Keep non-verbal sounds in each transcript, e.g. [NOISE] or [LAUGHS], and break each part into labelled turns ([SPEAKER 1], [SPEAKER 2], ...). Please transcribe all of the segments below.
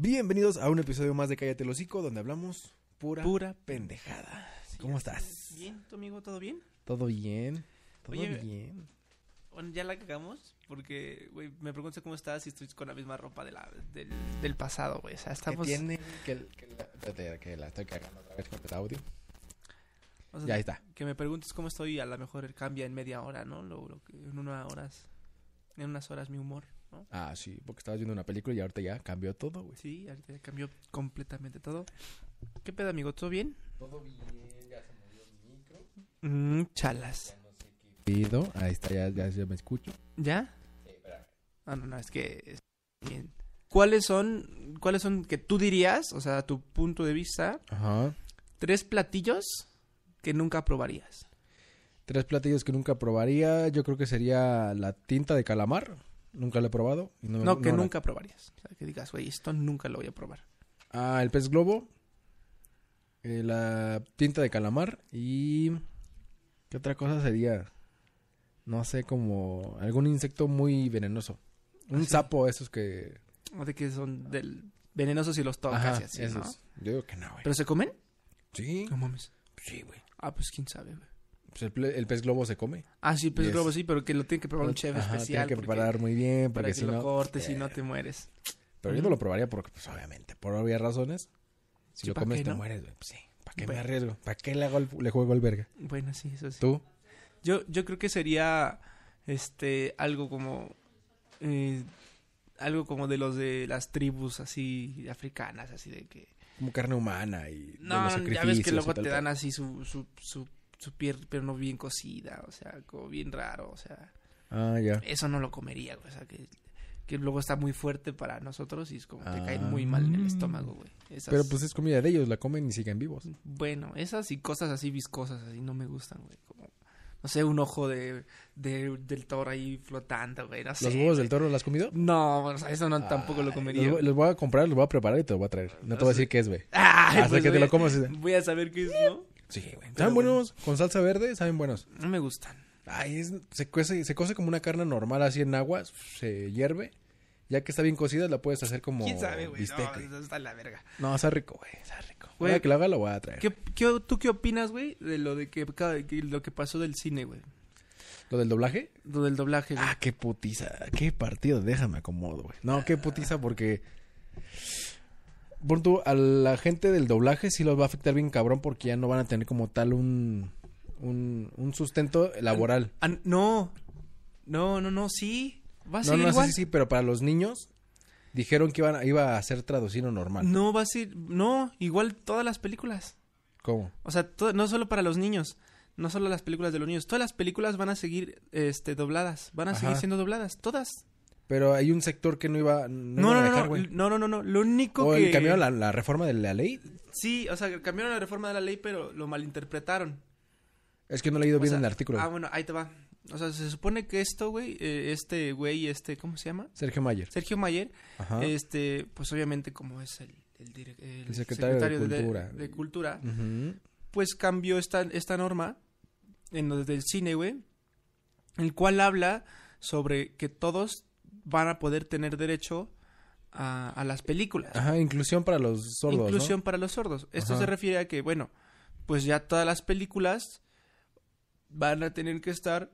[SPEAKER 1] Bienvenidos a un episodio más de Cállate el Hocico, donde hablamos pura,
[SPEAKER 2] Pura
[SPEAKER 1] pendejada. ¿Cómo estás?
[SPEAKER 2] Bien, tu amigo, ¿todo bien?
[SPEAKER 1] ¿Todo bien? ¿Todo
[SPEAKER 2] Oye,
[SPEAKER 1] bien?
[SPEAKER 2] Bueno, ya la cagamos porque, güey, me pregunto cómo estás si estoy con la misma ropa de la, del, del pasado, güey. O sea,
[SPEAKER 1] ¿Qué
[SPEAKER 2] estamos...
[SPEAKER 1] tiene? Que, el- que la, espérate, que la estoy cagando otra vez con el audio.
[SPEAKER 2] o sea,
[SPEAKER 1] Ya ahí está.
[SPEAKER 2] Que me preguntes cómo estoy, a lo mejor cambia en media hora, ¿no? Lo, lo que- en unas horas, en unas horas mi humor, ¿no?
[SPEAKER 1] Ah, sí, porque estabas viendo una película y ahorita ya cambió todo, güey.
[SPEAKER 2] Sí, ahorita ya cambió completamente todo. ¿Qué pedo, amigo? ¿Todo bien?
[SPEAKER 1] Todo bien, ya se movió el micro.
[SPEAKER 2] Mm, chalas.
[SPEAKER 1] No sé qué pido. Ahí está, ya, ya, ya me escucho.
[SPEAKER 2] ¿Ya?
[SPEAKER 1] Sí, espera.
[SPEAKER 2] Ah, no, no, es que... es- Bien. ¿Cuáles son, cuáles son que tú dirías, o sea, tu punto de vista,
[SPEAKER 1] Ajá.
[SPEAKER 2] tres platillos que nunca probarías?
[SPEAKER 1] Tres platillos que nunca probaría. Yo creo que sería la tinta de calamar. Nunca la he probado. y no me-
[SPEAKER 2] No, que
[SPEAKER 1] no la-
[SPEAKER 2] nunca probarías. O sea, que digas, güey, esto nunca lo voy a probar.
[SPEAKER 1] Ah, el pez globo. eh, la tinta de calamar. Y. ¿Qué otra cosa sería? No sé, como algún insecto muy venenoso. Un
[SPEAKER 2] Así.
[SPEAKER 1] sapo, esos que.
[SPEAKER 2] O de que son del venenosos y los tocas
[SPEAKER 1] Ajá,
[SPEAKER 2] y así, ¿no?
[SPEAKER 1] esos. Yo digo que no, güey.
[SPEAKER 2] ¿Pero se comen?
[SPEAKER 1] Sí,
[SPEAKER 2] No mames.
[SPEAKER 1] sí, güey.
[SPEAKER 2] Ah, pues quién sabe, güey.
[SPEAKER 1] Pues el, ple- el pez globo se come.
[SPEAKER 2] Ah, sí, pez
[SPEAKER 1] Yes.
[SPEAKER 2] globo sí, pero que lo tiene que probar un chef
[SPEAKER 1] Ajá,
[SPEAKER 2] especial.
[SPEAKER 1] Tiene que
[SPEAKER 2] porque-
[SPEAKER 1] preparar muy bien,
[SPEAKER 2] para
[SPEAKER 1] porque
[SPEAKER 2] que
[SPEAKER 1] si
[SPEAKER 2] lo
[SPEAKER 1] no.
[SPEAKER 2] cortes y
[SPEAKER 1] eh,
[SPEAKER 2] no te mueres.
[SPEAKER 1] Pero yo no lo probaría porque, pues, obviamente, por obvias razones. Si
[SPEAKER 2] Sí,
[SPEAKER 1] lo
[SPEAKER 2] ¿pa'
[SPEAKER 1] comes,
[SPEAKER 2] qué,
[SPEAKER 1] te
[SPEAKER 2] no?
[SPEAKER 1] mueres, güey. Pues sí. ¿Para qué me
[SPEAKER 2] Bueno.
[SPEAKER 1] arriesgo? ¿Para qué le, hago el- le juego al verga?
[SPEAKER 2] Bueno, sí, eso sí.
[SPEAKER 1] ¿Tú?
[SPEAKER 2] Yo, yo creo que sería este algo como eh, algo como de los de las tribus así africanas, así de que
[SPEAKER 1] Como carne humana y. de
[SPEAKER 2] No,
[SPEAKER 1] los
[SPEAKER 2] ya ves que
[SPEAKER 1] sacrificios y
[SPEAKER 2] luego
[SPEAKER 1] tal,
[SPEAKER 2] te
[SPEAKER 1] tal.
[SPEAKER 2] dan así su, su, su, su piel, pero no bien cocida, o sea, como bien raro, o sea,
[SPEAKER 1] Ah, ya.
[SPEAKER 2] eso no lo comería, güey, o sea, que, que luego está muy fuerte para nosotros y es como te
[SPEAKER 1] Ah.
[SPEAKER 2] caen muy mal en el estómago, güey. Esas-
[SPEAKER 1] Pero pues es comida de ellos, la comen y siguen vivos.
[SPEAKER 2] Bueno, esas y cosas así viscosas, así no me gustan, güey, como, no sé, un ojo de, de- del toro ahí flotando, güey, no sé.
[SPEAKER 1] ¿Los huevos del toro las has comido?
[SPEAKER 2] No, o sea, eso no, tampoco lo
[SPEAKER 1] Ay,
[SPEAKER 2] comería.
[SPEAKER 1] Los, voy-
[SPEAKER 2] güey.
[SPEAKER 1] los voy a comprar, los voy a preparar y te los voy a traer. No te voy a decir qué es, güey.
[SPEAKER 2] [LAUGHS] Ay,
[SPEAKER 1] Hasta
[SPEAKER 2] pues,
[SPEAKER 1] Ah, que te
[SPEAKER 2] voy
[SPEAKER 1] lo
[SPEAKER 2] a-
[SPEAKER 1] comas. y-
[SPEAKER 2] Voy a saber qué es, ¿no?
[SPEAKER 1] Sí, güey.
[SPEAKER 2] Pero
[SPEAKER 1] ¿Saben
[SPEAKER 2] bueno.
[SPEAKER 1] buenos? Con salsa verde, saben buenos.
[SPEAKER 2] No me gustan.
[SPEAKER 1] Ay, es- se, cuece, se cose como una carne normal así en agua, se hierve. Ya que está bien cocida, la puedes hacer como
[SPEAKER 2] ¿Quién sabe, güey?
[SPEAKER 1] bistec,
[SPEAKER 2] No,
[SPEAKER 1] güey.
[SPEAKER 2] eso está la verga.
[SPEAKER 1] No, está rico, güey. Está rico.
[SPEAKER 2] Güey,
[SPEAKER 1] Ahora que lo haga, lo voy a traer.
[SPEAKER 2] ¿Qué, qué- tú qué opinas, güey, de lo de que, cada- que lo que pasó del cine, güey?
[SPEAKER 1] ¿Lo del doblaje?
[SPEAKER 2] Lo del doblaje, güey.
[SPEAKER 1] Ah, qué putiza. Qué partido. Déjame acomodo, güey. No, qué putiza porque. Por tú, a la gente del doblaje sí los va a afectar bien cabrón porque ya no van a tener como tal un. Un, un sustento laboral.
[SPEAKER 2] Ah, no. No, no, no, Ah, sí. Va a
[SPEAKER 1] No,
[SPEAKER 2] ser
[SPEAKER 1] no,
[SPEAKER 2] igual.
[SPEAKER 1] sí, sí, sí, pero para los niños dijeron que iban, iba a ser traducido normal.
[SPEAKER 2] No va a ser, no, igual todas las películas.
[SPEAKER 1] ¿Cómo?
[SPEAKER 2] O sea, to- no solo para los niños, no solo las películas de los niños, todas las películas van a seguir este dobladas, van a
[SPEAKER 1] Ajá.
[SPEAKER 2] seguir siendo dobladas, todas.
[SPEAKER 1] Pero hay un sector que no iba. No,
[SPEAKER 2] No,
[SPEAKER 1] iban
[SPEAKER 2] no,
[SPEAKER 1] a
[SPEAKER 2] no,
[SPEAKER 1] dejar,
[SPEAKER 2] no,
[SPEAKER 1] güey.
[SPEAKER 2] no, no, no, no, lo único
[SPEAKER 1] O
[SPEAKER 2] que
[SPEAKER 1] el cambiaron la, la reforma de la ley.
[SPEAKER 2] Sí, o sea, cambiaron la reforma de la ley, pero lo malinterpretaron.
[SPEAKER 1] Es que no he leído
[SPEAKER 2] O
[SPEAKER 1] bien
[SPEAKER 2] sea,
[SPEAKER 1] el artículo.
[SPEAKER 2] Ah, bueno, ahí te va. O sea, se supone que esto, güey, eh, este güey, este, ¿cómo se llama?
[SPEAKER 1] Sergio Mayer.
[SPEAKER 2] Sergio Mayer,
[SPEAKER 1] Ajá.
[SPEAKER 2] este, pues obviamente como es el, el dire- el
[SPEAKER 1] El secretario de Cultura.
[SPEAKER 2] de Cultura,
[SPEAKER 1] Ujú.
[SPEAKER 2] pues cambió esta, esta norma en lo del cine, güey, el cual habla sobre que todos van a poder tener derecho a, a las películas.
[SPEAKER 1] Ajá, inclusión para los sordos. ¿no?
[SPEAKER 2] Inclusión para los sordos. Esto
[SPEAKER 1] Ajá.
[SPEAKER 2] se refiere a que, bueno, pues ya todas las películas van a tener que estar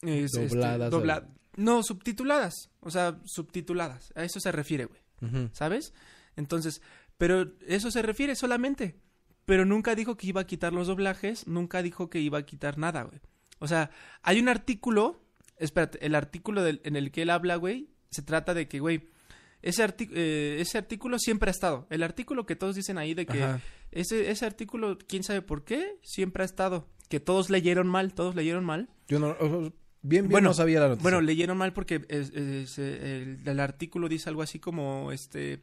[SPEAKER 2] es, este,
[SPEAKER 1] Dobladas eh.
[SPEAKER 2] dobla-
[SPEAKER 1] al-
[SPEAKER 2] No, subtituladas. O sea, subtituladas. A eso se refiere, güey.
[SPEAKER 1] Ujú.
[SPEAKER 2] ¿Sabes? Entonces, pero eso se refiere solamente. Pero nunca dijo que iba a quitar los doblajes, nunca dijo que iba a quitar nada, güey. O sea, hay un artículo, espérate, el artículo del- en el que él habla, güey, se trata de que, güey, ese, arti- eh, ese artículo siempre ha estado. El artículo que todos dicen ahí de que
[SPEAKER 1] Ajá.
[SPEAKER 2] ese, ese artículo, quién sabe por qué, siempre ha estado. Que todos leyeron mal, todos leyeron mal.
[SPEAKER 1] Yo no, o- o- bien, bien
[SPEAKER 2] Bueno,
[SPEAKER 1] no sabía la noticia.
[SPEAKER 2] Bueno, leyeron mal porque es- es- el, el artículo dice algo así como este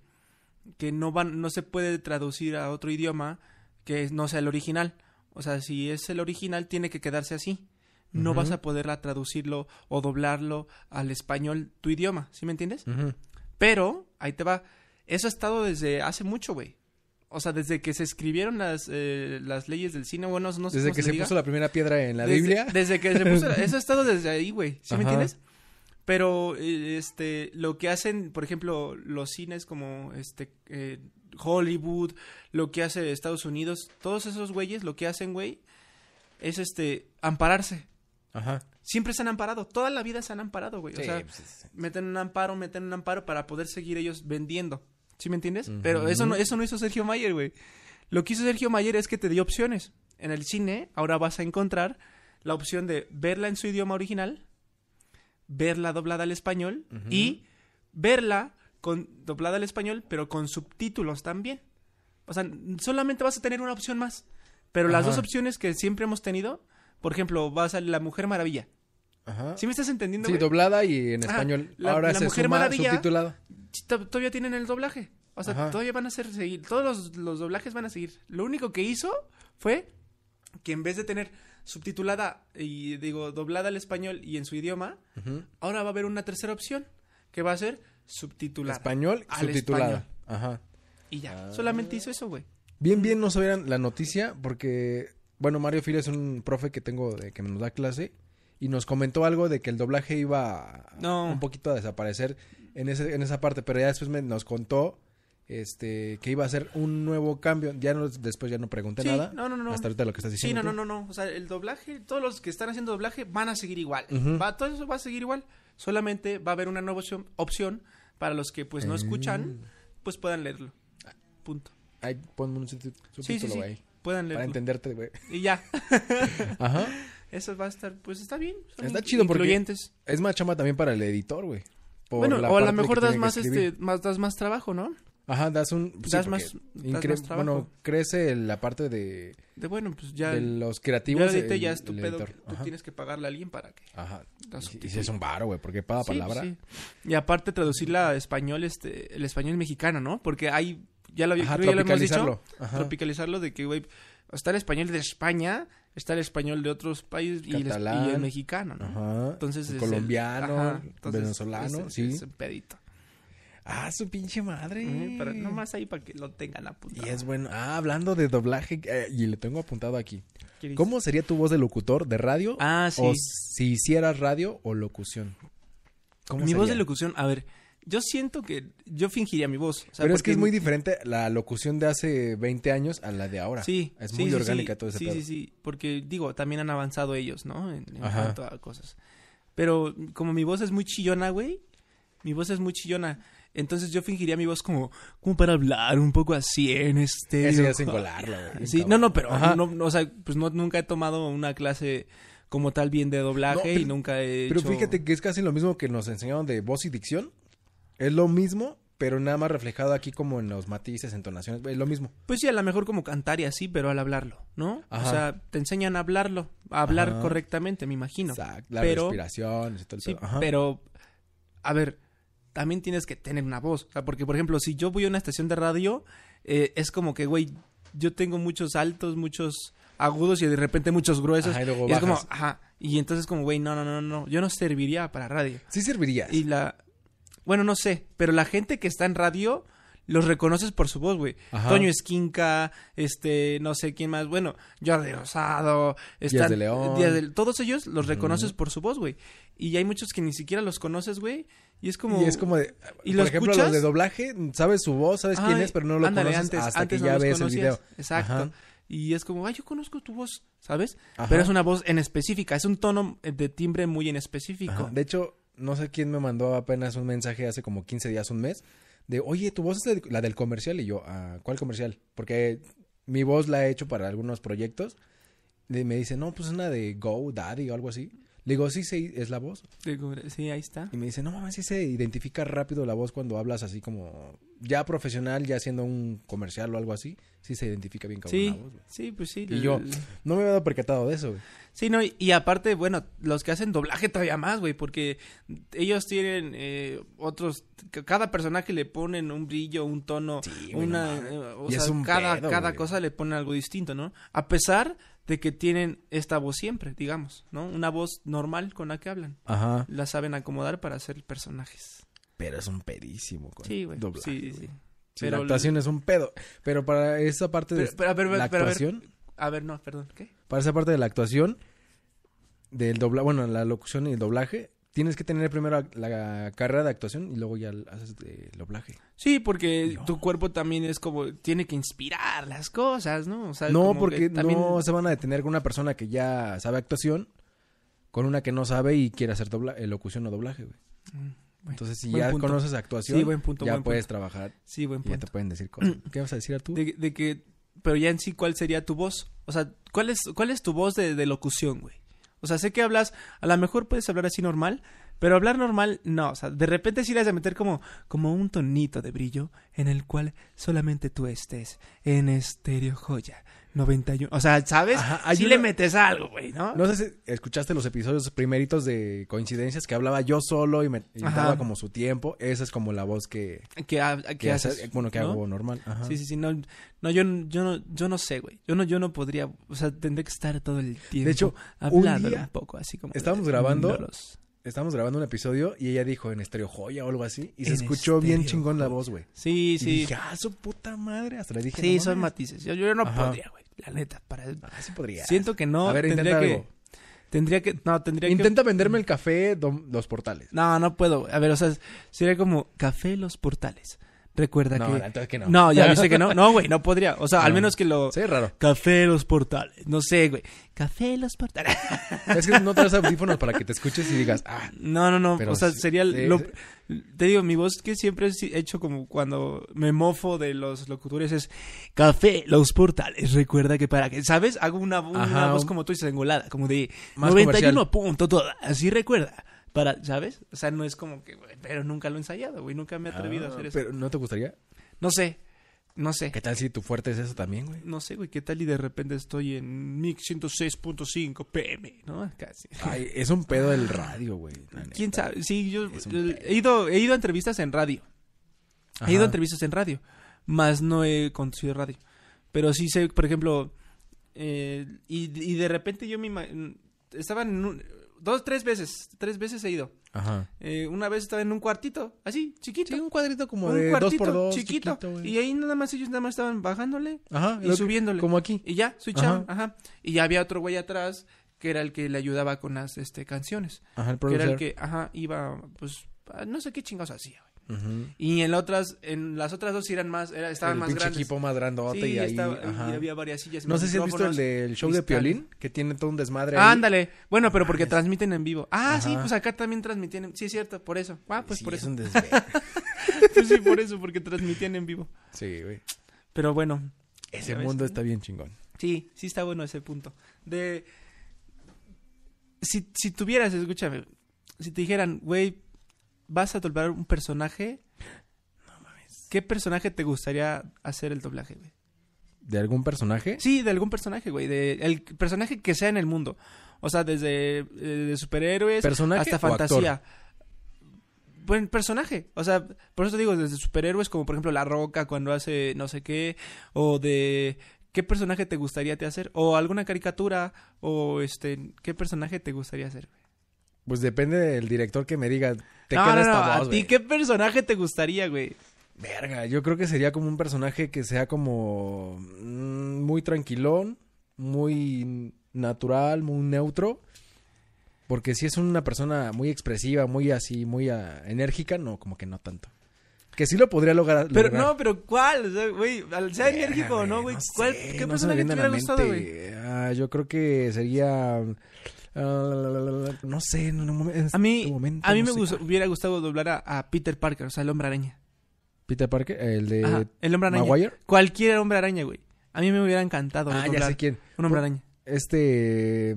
[SPEAKER 2] que no van, no se puede traducir a otro idioma que no sea el original. O sea, si es el original, tiene que quedarse así. No
[SPEAKER 1] Ujú.
[SPEAKER 2] vas a poderla traducirlo o doblarlo al español tu idioma, ¿sí me entiendes?
[SPEAKER 1] Ujú.
[SPEAKER 2] Pero, ahí te va. Eso ha estado desde hace mucho, güey. O sea, desde que se escribieron las, eh, las leyes del cine, bueno, no sé
[SPEAKER 1] Desde
[SPEAKER 2] cómo
[SPEAKER 1] que se
[SPEAKER 2] diga.
[SPEAKER 1] puso la primera piedra en la
[SPEAKER 2] Desde-
[SPEAKER 1] Biblia. [LAUGHS]
[SPEAKER 2] Desde que se puso. Eso ha estado desde ahí, güey. ¿Sí
[SPEAKER 1] Ajá.
[SPEAKER 2] me entiendes? Pero eh, este lo que hacen, por ejemplo, los cines como este eh, Hollywood, lo que hace Estados Unidos, todos esos güeyes lo que hacen, güey, es este ampararse.
[SPEAKER 1] Ajá.
[SPEAKER 2] Siempre se han amparado, toda la vida se han amparado, güey. o
[SPEAKER 1] pues,
[SPEAKER 2] sea, meten un amparo, meten un amparo para poder seguir ellos vendiendo. ¿Sí me entiendes? Pero eso no, eso no hizo Sergio Mayer, güey. Lo que hizo Sergio Mayer es que te dio opciones. En el cine, ahora vas a encontrar la opción de verla en su idioma original, verla doblada al español
[SPEAKER 1] Ujú.
[SPEAKER 2] y verla con, doblada al español, pero con subtítulos también. O sea, n- solamente vas a tener una opción más. Pero las
[SPEAKER 1] Ajá.
[SPEAKER 2] dos opciones que siempre hemos tenido, por ejemplo, vas a La Mujer Maravilla.
[SPEAKER 1] Ajá.
[SPEAKER 2] ¿Sí me estás entendiendo?
[SPEAKER 1] Sí,
[SPEAKER 2] güey?
[SPEAKER 1] doblada y en
[SPEAKER 2] Ajá.
[SPEAKER 1] español.
[SPEAKER 2] La-
[SPEAKER 1] Ahora
[SPEAKER 2] la
[SPEAKER 1] se
[SPEAKER 2] Mujer
[SPEAKER 1] suma
[SPEAKER 2] Maravilla.
[SPEAKER 1] subtitulada.
[SPEAKER 2] Sí, to- todavía tienen el doblaje. O sea,
[SPEAKER 1] Ajá.
[SPEAKER 2] todavía van a ser seguir. Todos los, los doblajes van a seguir. Lo único que hizo fue que en vez de tener subtitulada y digo doblada al español y en su idioma,
[SPEAKER 1] Ujú.
[SPEAKER 2] ahora va a haber una tercera opción que va a ser subtitulada.
[SPEAKER 1] Español,
[SPEAKER 2] Al
[SPEAKER 1] subtitulada.
[SPEAKER 2] español.
[SPEAKER 1] Ajá.
[SPEAKER 2] Y ya.
[SPEAKER 1] Ah.
[SPEAKER 2] Solamente hizo eso, güey.
[SPEAKER 1] Bien, bien, no sabían la noticia porque, bueno, Mario Fila es un profe que tengo de que nos da clase y nos comentó algo de que el doblaje iba a-
[SPEAKER 2] No.
[SPEAKER 1] un poquito a desaparecer en, ese, en esa parte, pero ya después me, nos contó este que iba a ser un nuevo cambio. Ya no, después ya no pregunté
[SPEAKER 2] Sí,
[SPEAKER 1] nada.
[SPEAKER 2] no, no, no.
[SPEAKER 1] Hasta ahorita lo que estás
[SPEAKER 2] Sí,
[SPEAKER 1] diciendo.
[SPEAKER 2] no, no,
[SPEAKER 1] tú.
[SPEAKER 2] no, no. O sea, el doblaje, todos los que están haciendo doblaje van a seguir igual.
[SPEAKER 1] Ujú.
[SPEAKER 2] va, todo eso va a seguir igual. Solamente va a haber una nueva opción, opción para los que
[SPEAKER 1] Eh.
[SPEAKER 2] pues no escuchan, pues puedan leerlo. Punto.
[SPEAKER 1] Ay, ponme un subtit-
[SPEAKER 2] Sí, sí,
[SPEAKER 1] subtítulo,
[SPEAKER 2] sí.
[SPEAKER 1] güey. Para
[SPEAKER 2] Puedan leerlo.
[SPEAKER 1] entenderte,
[SPEAKER 2] [LAUGHS]
[SPEAKER 1] güey.
[SPEAKER 2] Y ya.
[SPEAKER 1] Ajá.
[SPEAKER 2] Eso va a estar, pues está bien. son
[SPEAKER 1] Está chido porque-
[SPEAKER 2] incluyentes.
[SPEAKER 1] Es más chama también para el editor, güey. Por
[SPEAKER 2] Bueno,
[SPEAKER 1] la
[SPEAKER 2] o a lo
[SPEAKER 1] parte que
[SPEAKER 2] mejor das
[SPEAKER 1] tiene que
[SPEAKER 2] más
[SPEAKER 1] escribir.
[SPEAKER 2] este, más das más trabajo, ¿no?
[SPEAKER 1] Ajá, das un... sí,
[SPEAKER 2] Das
[SPEAKER 1] porque
[SPEAKER 2] más- das
[SPEAKER 1] incre-
[SPEAKER 2] más trabajo.
[SPEAKER 1] Bueno, crece la parte de,
[SPEAKER 2] De bueno, pues ya
[SPEAKER 1] de los
[SPEAKER 2] ya,
[SPEAKER 1] creativos.
[SPEAKER 2] ahorita
[SPEAKER 1] el-
[SPEAKER 2] ya es tu
[SPEAKER 1] el
[SPEAKER 2] pedo.
[SPEAKER 1] editor.
[SPEAKER 2] que Tú
[SPEAKER 1] Ajá.
[SPEAKER 2] tienes que pagarle a alguien para que
[SPEAKER 1] Ajá.
[SPEAKER 2] la
[SPEAKER 1] Y- Y si es un varo, güey, porque cada
[SPEAKER 2] Sí, pues
[SPEAKER 1] palabra...
[SPEAKER 2] sí. Y aparte traducirla a español, este, el español mexicano, ¿no? Porque hay, ya lo, había-
[SPEAKER 1] Ajá,
[SPEAKER 2] creo que ya lo hemos dicho,
[SPEAKER 1] tropicalizarlo. Ajá.
[SPEAKER 2] tropicalizarlo de que, güey, está el español de España, está el español de otros países y el, es-
[SPEAKER 1] Catalán.
[SPEAKER 2] y el mexicano, ¿no?
[SPEAKER 1] Ajá.
[SPEAKER 2] Entonces,
[SPEAKER 1] El
[SPEAKER 2] es el-
[SPEAKER 1] colombiano,
[SPEAKER 2] ajá, entonces,
[SPEAKER 1] venezolano,
[SPEAKER 2] ese-
[SPEAKER 1] sí.
[SPEAKER 2] ese pedito.
[SPEAKER 1] Ah, su pinche madre.
[SPEAKER 2] Ujú, Eh, Pero nomás ahí para que lo tengan apuntado.
[SPEAKER 1] Y es bueno. Ah, hablando de doblaje, eh, y le tengo apuntado aquí.
[SPEAKER 2] ¿Qué dices?
[SPEAKER 1] ¿Cómo sería tu voz de locutor de radio?
[SPEAKER 2] Ah, sí.
[SPEAKER 1] O si hicieras radio o locución. ¿Cómo
[SPEAKER 2] Mi voz de
[SPEAKER 1] sería?
[SPEAKER 2] locución, a ver, yo siento que yo fingiría mi voz. o sea,
[SPEAKER 1] Pero es que
[SPEAKER 2] porque-
[SPEAKER 1] es muy diferente la locución de hace 20 años a la de ahora.
[SPEAKER 2] Sí.
[SPEAKER 1] Es
[SPEAKER 2] sí,
[SPEAKER 1] muy
[SPEAKER 2] sí,
[SPEAKER 1] orgánica
[SPEAKER 2] sí,
[SPEAKER 1] todo ese
[SPEAKER 2] Sí,
[SPEAKER 1] pedo.
[SPEAKER 2] sí, sí. Porque, digo, también han avanzado ellos, ¿no? En, en
[SPEAKER 1] Ajá.
[SPEAKER 2] cuanto a cosas. Pero como mi voz es muy chillona, güey. Mi voz es muy chillona. Entonces yo fingiría mi voz como, como para hablar un poco así en este.
[SPEAKER 1] Eso ya es engolarla, güey.
[SPEAKER 2] Sí, no, no, pero
[SPEAKER 1] Ajá.
[SPEAKER 2] no, no, o sea, pues no, nunca he tomado una clase como tal bien de doblaje
[SPEAKER 1] No, pero-
[SPEAKER 2] y nunca he
[SPEAKER 1] Pero
[SPEAKER 2] hecho-
[SPEAKER 1] fíjate que es casi lo mismo que nos enseñaron de voz y dicción. Es lo mismo, pero nada más reflejado aquí como en los matices, entonaciones. Es lo mismo.
[SPEAKER 2] Pues sí, a lo mejor como cantar y así, pero al hablarlo, ¿no?
[SPEAKER 1] Ajá.
[SPEAKER 2] O sea, te enseñan a hablarlo, a hablar
[SPEAKER 1] Ajá.
[SPEAKER 2] correctamente, me imagino.
[SPEAKER 1] Exacto. La
[SPEAKER 2] pero-
[SPEAKER 1] respiración y todo el
[SPEAKER 2] Sí,
[SPEAKER 1] pedo. Ajá.
[SPEAKER 2] pero, a ver, también tienes que tener una voz. O sea, porque, por ejemplo, si yo voy a una estación de radio, eh, es como que, güey, yo tengo muchos altos, muchos agudos y de repente muchos gruesos.
[SPEAKER 1] Ajá, y luego
[SPEAKER 2] y es como,
[SPEAKER 1] bajas.
[SPEAKER 2] ajá. Y entonces como, güey, no, no, no, no, yo no serviría para radio.
[SPEAKER 1] Sí servirías.
[SPEAKER 2] Y la... Bueno, no sé, pero la gente que está en radio los reconoces por su voz, güey.
[SPEAKER 1] Ajá.
[SPEAKER 2] Toño Esquinca, este, no sé quién más, bueno, Jordi Rosado, están-
[SPEAKER 1] de León.
[SPEAKER 2] Díaz de- todos ellos los reconoces por su voz, güey. Y hay muchos que ni siquiera los conoces, güey. Y es como...
[SPEAKER 1] Y es como de...
[SPEAKER 2] ¿Y
[SPEAKER 1] por
[SPEAKER 2] lo
[SPEAKER 1] ejemplo,
[SPEAKER 2] escuchas?
[SPEAKER 1] los de doblaje, sabes su voz, sabes quién
[SPEAKER 2] Ay,
[SPEAKER 1] es, pero no lo
[SPEAKER 2] ándale,
[SPEAKER 1] conoces
[SPEAKER 2] antes-
[SPEAKER 1] hasta
[SPEAKER 2] antes
[SPEAKER 1] que
[SPEAKER 2] no
[SPEAKER 1] ya
[SPEAKER 2] los
[SPEAKER 1] ves el
[SPEAKER 2] conocías.
[SPEAKER 1] video.
[SPEAKER 2] Exacto.
[SPEAKER 1] Ajá.
[SPEAKER 2] Y es como, ay, yo conozco tu voz, ¿sabes?
[SPEAKER 1] Ajá.
[SPEAKER 2] Pero es una voz en específica, es un tono de timbre muy en específico.
[SPEAKER 1] Ajá. De hecho, no sé quién me mandó apenas un mensaje hace como 15 días, un mes, de, oye, tu voz es la de- la del comercial. Y yo, "Ah, ¿cuál comercial? Porque mi voz la he hecho para algunos proyectos. Y me dice, no, pues es una de Go Daddy o algo así. Le digo, sí, sí, es la voz.
[SPEAKER 2] Digo, Sí, ahí está.
[SPEAKER 1] Y me dice, no mames, sí se identifica rápido la voz cuando hablas así como ya profesional, ya haciendo un comercial o algo así. Sí se identifica bien cabrón
[SPEAKER 2] Sí,
[SPEAKER 1] la voz, güey.
[SPEAKER 2] sí, pues sí.
[SPEAKER 1] Y yo,
[SPEAKER 2] l-
[SPEAKER 1] no me había dado percatado de eso, güey.
[SPEAKER 2] Sí, no, y, y aparte, bueno, los que hacen doblaje todavía más, güey, porque ellos tienen eh, otros, c- cada personaje le ponen un brillo, un tono,
[SPEAKER 1] Sí, güey,
[SPEAKER 2] una,
[SPEAKER 1] no mames.
[SPEAKER 2] eh, o
[SPEAKER 1] Y
[SPEAKER 2] sea,
[SPEAKER 1] es un
[SPEAKER 2] cada,
[SPEAKER 1] pedo,
[SPEAKER 2] cada
[SPEAKER 1] güey.
[SPEAKER 2] cosa le ponen algo distinto, ¿no? A pesar de que tienen esta voz siempre, digamos, ¿no? Una voz normal con la que hablan.
[SPEAKER 1] Ajá.
[SPEAKER 2] La saben acomodar para hacer personajes.
[SPEAKER 1] Pero es un pedísimo, güey.
[SPEAKER 2] Sí, güey.
[SPEAKER 1] Doblaje,
[SPEAKER 2] Sí,
[SPEAKER 1] güey.
[SPEAKER 2] sí.
[SPEAKER 1] Sí,
[SPEAKER 2] Pero
[SPEAKER 1] la
[SPEAKER 2] el-
[SPEAKER 1] actuación es un pedo. Pero para esa parte de
[SPEAKER 2] Pero- pero a ver,
[SPEAKER 1] la
[SPEAKER 2] pero a ver.
[SPEAKER 1] actuación,
[SPEAKER 2] A ver, no, perdón, ¿qué?
[SPEAKER 1] para esa parte de la actuación del dobla, bueno, la locución y el doblaje, tienes que tener primero la carrera de actuación y luego ya haces el doblaje.
[SPEAKER 2] Sí, porque tu cuerpo también es como, tiene que inspirar las cosas, ¿no? O sea,
[SPEAKER 1] no,
[SPEAKER 2] como
[SPEAKER 1] porque
[SPEAKER 2] que también-
[SPEAKER 1] no se van a detener con una persona que ya sabe actuación con una que no sabe y quiere hacer dobla- eh, locución o doblaje, güey.
[SPEAKER 2] Mm, bueno.
[SPEAKER 1] Entonces, si
[SPEAKER 2] buen
[SPEAKER 1] ya
[SPEAKER 2] punto.
[SPEAKER 1] conoces actuación,
[SPEAKER 2] Sí, buen punto,
[SPEAKER 1] ya
[SPEAKER 2] buen
[SPEAKER 1] puedes trabajar
[SPEAKER 2] Sí, buen
[SPEAKER 1] y ya
[SPEAKER 2] punto.
[SPEAKER 1] te pueden decir cosas. ¿Qué vas a decir, Arturo?
[SPEAKER 2] De, de que, pero ya en sí, ¿cuál sería tu voz? O sea, ¿cuál es, cuál es tu voz de, de locución, güey? O sea, sé que hablas, a lo mejor puedes hablar así normal, pero hablar normal, no. O sea, de repente sí le has de meter como, como un tonito de brillo en el cual solamente tú estés en Estéreo Joya 91. O sea, ¿sabes?
[SPEAKER 1] Ajá, hay
[SPEAKER 2] sí
[SPEAKER 1] una-
[SPEAKER 2] le metes algo, güey, ¿no?
[SPEAKER 1] No sé si escuchaste los episodios primeritos de Coincidencias que hablaba yo solo y me y
[SPEAKER 2] Ajá.
[SPEAKER 1] daba como su tiempo. Esa es como la voz que,
[SPEAKER 2] ¿Qué, ha- qué
[SPEAKER 1] que hace-
[SPEAKER 2] haces?
[SPEAKER 1] bueno, que
[SPEAKER 2] ¿no?
[SPEAKER 1] hago normal. Ajá.
[SPEAKER 2] Sí, sí, sí, no, no, yo, yo no, yo no sé, güey. Yo no, yo no podría, o sea, tendría que estar todo el tiempo.
[SPEAKER 1] De hecho, un
[SPEAKER 2] hablando un,
[SPEAKER 1] día
[SPEAKER 2] poco, así como.
[SPEAKER 1] estábamos grabando
[SPEAKER 2] los-
[SPEAKER 1] Estábamos grabando un episodio y ella dijo en estereo joya o algo así. Y se
[SPEAKER 2] En
[SPEAKER 1] escuchó bien
[SPEAKER 2] Estereo
[SPEAKER 1] chingón la voz, güey.
[SPEAKER 2] Sí,
[SPEAKER 1] Y
[SPEAKER 2] sí.
[SPEAKER 1] dije, ah, su puta madre. Hasta le dije,
[SPEAKER 2] sí,
[SPEAKER 1] no
[SPEAKER 2] son
[SPEAKER 1] mames.
[SPEAKER 2] matices. Yo, yo no
[SPEAKER 1] Ajá.
[SPEAKER 2] podría, güey. La neta, para.
[SPEAKER 1] Ah, sí podría.
[SPEAKER 2] Siento que no.
[SPEAKER 1] A ver, intenta
[SPEAKER 2] tendría que.
[SPEAKER 1] algo.
[SPEAKER 2] Tendría que. No, tendría que.
[SPEAKER 1] Intenta venderme el café dom- Los Portales.
[SPEAKER 2] No, no puedo. güey. A ver, o sea, sería como Café Los Portales. Recuerda
[SPEAKER 1] No,
[SPEAKER 2] que.
[SPEAKER 1] la neta es que no.
[SPEAKER 2] No, ya viste que no. No, güey,
[SPEAKER 1] [LAUGHS]
[SPEAKER 2] no podría. O sea, al
[SPEAKER 1] No.
[SPEAKER 2] menos que lo.
[SPEAKER 1] Sí, es raro.
[SPEAKER 2] Café Los Portales. No sé, güey. Café Los Portales. [LAUGHS]
[SPEAKER 1] Es que no traes audífonos para que te escuches y digas, ah,
[SPEAKER 2] No, no, no.
[SPEAKER 1] Pero
[SPEAKER 2] o sea,
[SPEAKER 1] sí-
[SPEAKER 2] sería.
[SPEAKER 1] sí,
[SPEAKER 2] lo-
[SPEAKER 1] sí.
[SPEAKER 2] Te digo, mi voz que siempre he hecho como cuando me mofo de los locutores es Café, los portales. Recuerda que para que, ¿sabes? Hago una, una
[SPEAKER 1] Ajá,
[SPEAKER 2] voz
[SPEAKER 1] un-
[SPEAKER 2] como tú dices, engolada, como de
[SPEAKER 1] Más
[SPEAKER 2] 91 punto toda. Así recuerda. Para, ¿sabes? O sea, no es como que, güey, pero nunca lo he ensayado, güey. Nunca me he atrevido a
[SPEAKER 1] ah,
[SPEAKER 2] hacer eso.
[SPEAKER 1] Pero ¿no te gustaría?
[SPEAKER 2] No sé. No sé.
[SPEAKER 1] ¿Qué tal si tu fuerte es eso también, güey?
[SPEAKER 2] No sé, güey, qué tal y de repente estoy en 1106.5 PM, ¿no? Casi.
[SPEAKER 1] Ay, es un pedo el radio, güey. la neta.
[SPEAKER 2] ¿Quién sabe? Sí, yo
[SPEAKER 1] Es un
[SPEAKER 2] el-
[SPEAKER 1] pedo.
[SPEAKER 2] he ido, he ido a entrevistas en radio.
[SPEAKER 1] Ajá.
[SPEAKER 2] He ido a entrevistas en radio, más no he conducido radio. Pero sí sé, por ejemplo, eh, y, y de repente yo me ima- estaba en un- dos, tres veces, tres veces he ido.
[SPEAKER 1] Ajá.
[SPEAKER 2] Eh, una vez estaba en un cuartito, así, chiquito.
[SPEAKER 1] Sí, un cuadrito como
[SPEAKER 2] un
[SPEAKER 1] de dos
[SPEAKER 2] cuartito,
[SPEAKER 1] por dos.
[SPEAKER 2] chiquito.
[SPEAKER 1] güey.
[SPEAKER 2] y ahí nada más ellos nada más estaban bajándole
[SPEAKER 1] Ajá.
[SPEAKER 2] y
[SPEAKER 1] lo que-
[SPEAKER 2] subiéndole.
[SPEAKER 1] Como aquí.
[SPEAKER 2] Y ya, switchaban, ajá. Y ya había otro güey atrás que era el que le ayudaba con las este, canciones.
[SPEAKER 1] Ajá, el
[SPEAKER 2] Que era
[SPEAKER 1] producer.
[SPEAKER 2] el que, ajá, iba, pues, a- no sé qué chingados hacía, güey.
[SPEAKER 1] Ujú.
[SPEAKER 2] Y en, la otras, en las otras dos sí eran más, era- estaban
[SPEAKER 1] el
[SPEAKER 2] más
[SPEAKER 1] pinche
[SPEAKER 2] grandes.
[SPEAKER 1] equipo más grandote
[SPEAKER 2] sí,
[SPEAKER 1] y ahí.
[SPEAKER 2] estaba-
[SPEAKER 1] ajá.
[SPEAKER 2] y había varias sillas.
[SPEAKER 1] No sé si has visto el
[SPEAKER 2] micrófonos.
[SPEAKER 1] del show de
[SPEAKER 2] cristales.
[SPEAKER 1] Piolín, que tiene todo un desmadre.
[SPEAKER 2] Ah,
[SPEAKER 1] ahí.
[SPEAKER 2] ándale. Bueno, pero porque
[SPEAKER 1] Mames.
[SPEAKER 2] transmiten en vivo. Ah, sí,
[SPEAKER 1] Ajá.
[SPEAKER 2] pues acá también transmitían. en- Sí, es cierto, por eso. Ah, pues
[SPEAKER 1] Sí,
[SPEAKER 2] por
[SPEAKER 1] es
[SPEAKER 2] eso.
[SPEAKER 1] un desmadre.
[SPEAKER 2] Pues [LAUGHS] sí, por eso, porque transmitían en vivo.
[SPEAKER 1] sí, güey.
[SPEAKER 2] Pero bueno.
[SPEAKER 1] Ese
[SPEAKER 2] ya ves,
[SPEAKER 1] mundo
[SPEAKER 2] ¿no?
[SPEAKER 1] está bien chingón.
[SPEAKER 2] Sí, sí está bueno ese punto. De. Si, si tuvieras, escúchame, si te dijeran, güey, vas a doblar un personaje. ¿Qué personaje te gustaría hacer el doblaje, güey?
[SPEAKER 1] ¿De algún personaje?
[SPEAKER 2] Sí, de algún personaje, güey. De el personaje que sea en el mundo. O sea, desde eh, de superhéroes
[SPEAKER 1] ¿Personaje
[SPEAKER 2] hasta
[SPEAKER 1] o actor?
[SPEAKER 2] fantasía. Buen personaje. O sea, por eso te digo, desde superhéroes, como por ejemplo La Roca cuando hace no sé qué. O de. ¿Qué personaje te gustaría te hacer? O alguna caricatura. O este. ¿Qué personaje te gustaría hacer? güey?
[SPEAKER 1] Pues depende del director que me diga, te
[SPEAKER 2] no,
[SPEAKER 1] queda
[SPEAKER 2] no,
[SPEAKER 1] esta
[SPEAKER 2] no,
[SPEAKER 1] voz,
[SPEAKER 2] ¿A
[SPEAKER 1] güey.
[SPEAKER 2] ti qué personaje te gustaría, güey?
[SPEAKER 1] Verga, yo creo que sería como un personaje que sea como mm, muy tranquilón, muy natural, muy neutro. Porque si es una persona muy expresiva, muy así, muy ah, enérgica, no, como que no tanto. Que sí lo podría lograr.
[SPEAKER 2] Pero
[SPEAKER 1] lograr.
[SPEAKER 2] no, pero ¿cuál? O sea, güey, al sea
[SPEAKER 1] Verga,
[SPEAKER 2] enérgico o no, güey. ¿cuál-
[SPEAKER 1] sé,
[SPEAKER 2] ¿Qué
[SPEAKER 1] no se me
[SPEAKER 2] personaje te
[SPEAKER 1] viene a la
[SPEAKER 2] hubiera gustado, güey?
[SPEAKER 1] mente. Ah, yo creo que sería... ah, no sé, en un momen- en
[SPEAKER 2] A mí,
[SPEAKER 1] este momento
[SPEAKER 2] a mí
[SPEAKER 1] no
[SPEAKER 2] me
[SPEAKER 1] sé
[SPEAKER 2] gustó-
[SPEAKER 1] cuál.
[SPEAKER 2] hubiera gustado doblar a, a Peter Parker, o sea, el hombre araña.
[SPEAKER 1] Peter Parker, el de...
[SPEAKER 2] Ajá, el hombre araña.
[SPEAKER 1] Eh, Maguire.
[SPEAKER 2] Cualquier hombre araña, güey. A mí me hubiera encantado
[SPEAKER 1] Ah, ya
[SPEAKER 2] doblar
[SPEAKER 1] sé quién.
[SPEAKER 2] un hombre araña.
[SPEAKER 1] Este...